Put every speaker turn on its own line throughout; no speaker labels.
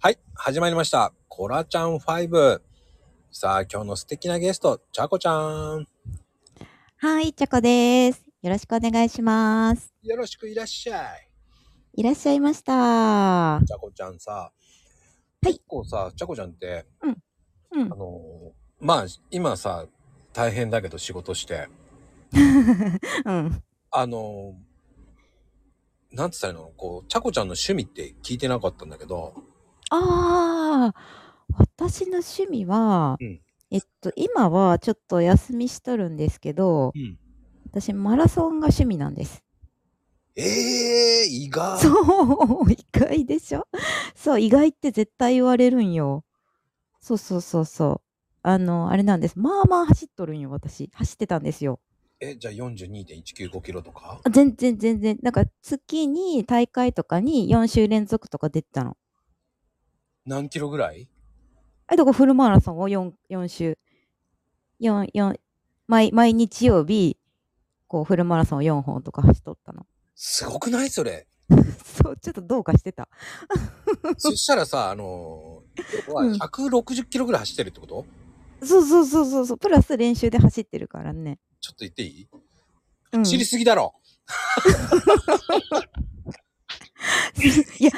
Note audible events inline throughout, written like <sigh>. はい、始まりました。コラちゃん5。さあ、今日の素敵なゲスト、ちゃこちゃん。
はい、チョコです。よろしくお願いします。
よろしくいらっしゃい。
いらっしゃいました。
ちゃこちゃんさ、
い
結構さ、ちゃこちゃんって、
う
あ
ん。
のーまあ、今さ、大変だけど仕事して、
うん。
あのーなんつったらいいのこう、ちゃこちゃんの趣味って聞いてなかったんだけど、
ああ、私の趣味は、
うん
えっと、今はちょっと休みしとるんですけど、私マラソンが趣味なんです。
ええー、意外。
そう、意外でしょそう、意外って絶対言われるんよ。そうそうそうそう。あの、あれなんです。まあまあ走っとるんよ、私。走ってたんですよ。
え、じゃあ42.195キロとか
あ全然全然。なんか月に大会とかに4週連続とか出てたの。
何キロぐらい
え、だからフルマラソンを 4, 4週。4、4毎、毎日曜日、こうフルマラソンを4本とか走っとったの。 <laughs>
すごくないそれ。
そう、ちょっとどうかしてた。
そしたらさ、あのー、
うん
要は160キロぐらい走ってるってこと、
そうそうそうそうそう。プラス練習で走ってるからね。
ちょっと言っていい、
うん、
知りすぎだろ
<laughs> いや、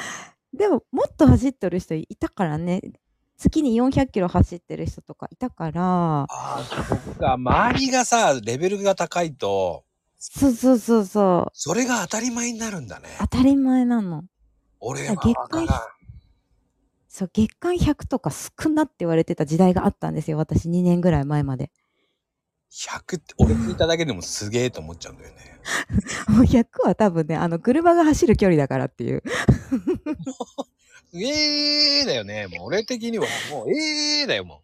でももっと走ってる人いたからね。月に400キロ走ってる人とかいたから、
ああ、そっか。周りがさ、レベルが高いと、
そうそうそうそう。
それが当たり前になるんだね。
当たり前なの。
俺は
月
わか
間
らん。
そう月間100とか少なって言われてた時代があったんですよ私2年ぐらい前まで
100って、俺聞いただけでもすげえと思っちゃうんだよね。
もう100は多分ねあの車が走る距離だからっていう
ええーだよね。もう俺的にはもう、ええーだよ、もう。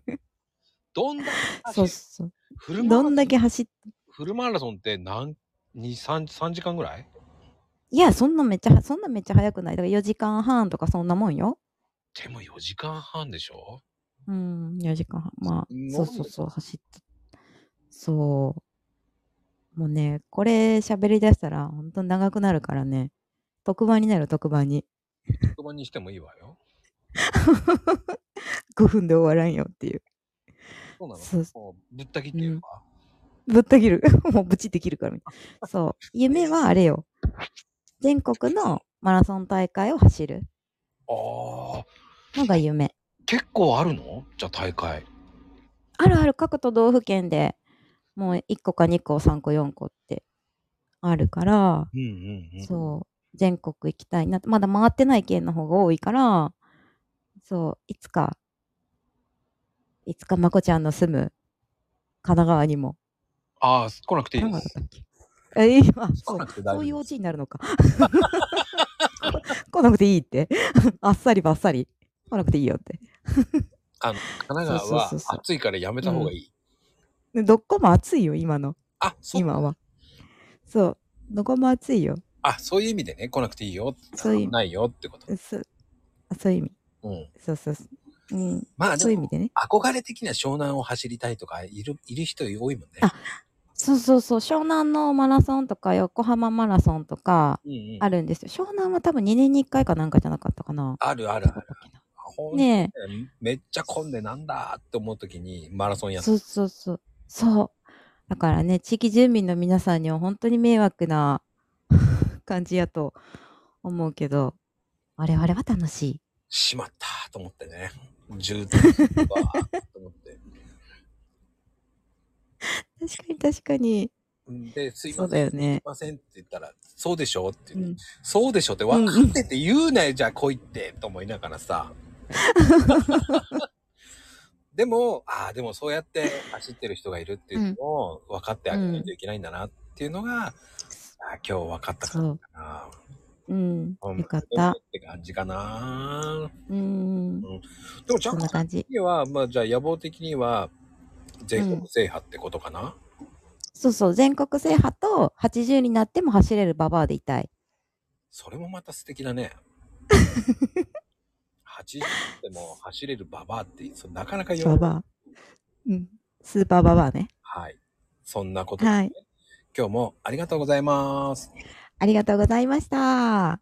<laughs>
どんだけ走
そう
る
そう
フルマラソ
ど
ン
んだけ走っ
フルマラソンって何、2、3、3時間ぐらい
いやそんなめっちゃそんなめっちゃ速くないだから4時間半とかそんなもんよ
でも4時間半でしょ
うん4時間半まあ
すごい
そ
う
そうそう走ったそうもうねこれ喋り出したらほんと長くなるからね特番になる特番に
言葉にしてもいいわよ。
5分で終わらんよっていう
そうなの
そう
もうぶった切って言えば、
ぶった切る。 <laughs> もうぶちできるからみたいな。そう。夢はあれよ。全国のマラソン大会を走る
ああ、
のが夢。
結構あるのじゃあ大会。
あるある各都道府県でもう1個か2個、3個、4個ってあるから、
うんうん
そう。全国行きたいなって。まだ回ってない県の方が多いから、そう。いつか、いつかまこちゃんの住む神奈川にも。
ああ、来なくていい
神
の
奈川だったっけえ、今、
来
そう
な。くて大
そういう
丈
お
夫。
家になるのか。 <laughs> 来なくていいって。あっさりばっさり。来なくていいよって。
あの、神奈川
そうそうそうそ
は
う
暑いからやめた方がいい。
でどこも暑いよ、今の。
あ、そう
今は。そう。どこも暑いよ。
あ、そういう意味でね、来なくていいよ。
そういう意味
ないよってこと。
そあそういう意味。
うん。
そうそうそう。うん、
まあ、
そう
で
いう意味
も、
でね。
憧れ的には湘南を走りたいとか、いる、いる人多いもんね。
あそうそうそう。湘南のマラソンとか、横浜マラソンとか、
うんうん。
あるんですよ。湘南は多分2年に1回かなんかじゃなかったかな。
あるあるある。ほんと
ね
めっちゃ混んでなんだって思うときにマラソン
え。
やっ
そうそうそう。そう。だからね、地域住民の皆さんには本当に迷惑な <laughs> 感じやと思うけど、我々は楽しい。
しまったと思ってね。渋滞とか、と思って。
確かに確かに。
で、すい
そ
ま
うだ
せん。
よ
す
ね
い。ませんって言ったら、そうでしょって、
うん、
そうでしょって分かってて言うなよ、じゃあ来いって、と思いながらさ。 <laughs> でも、ああ、でもそうやって走ってる人がいるっていうのを分かってあげないといけないんだなっていうのが、あー今日分かったか
そう。
な。
うん。
うん
よかった。
って感じかな。
うん。
でも、ちゃ
そ
ん
ん
と
な感じ。
的には、まあ、じゃあ野望的には、全国制覇ってことかな、
そうそう。全国制覇と80になっても走れるババアでいたい。
それもまた素敵だね。80でも走れるババアって、そなかなか言わ
バ
ない。
バア。うん。スーパーババアね。
はい。そんなことで、
はい。
今日もありがとうございます。
ありがとうございました。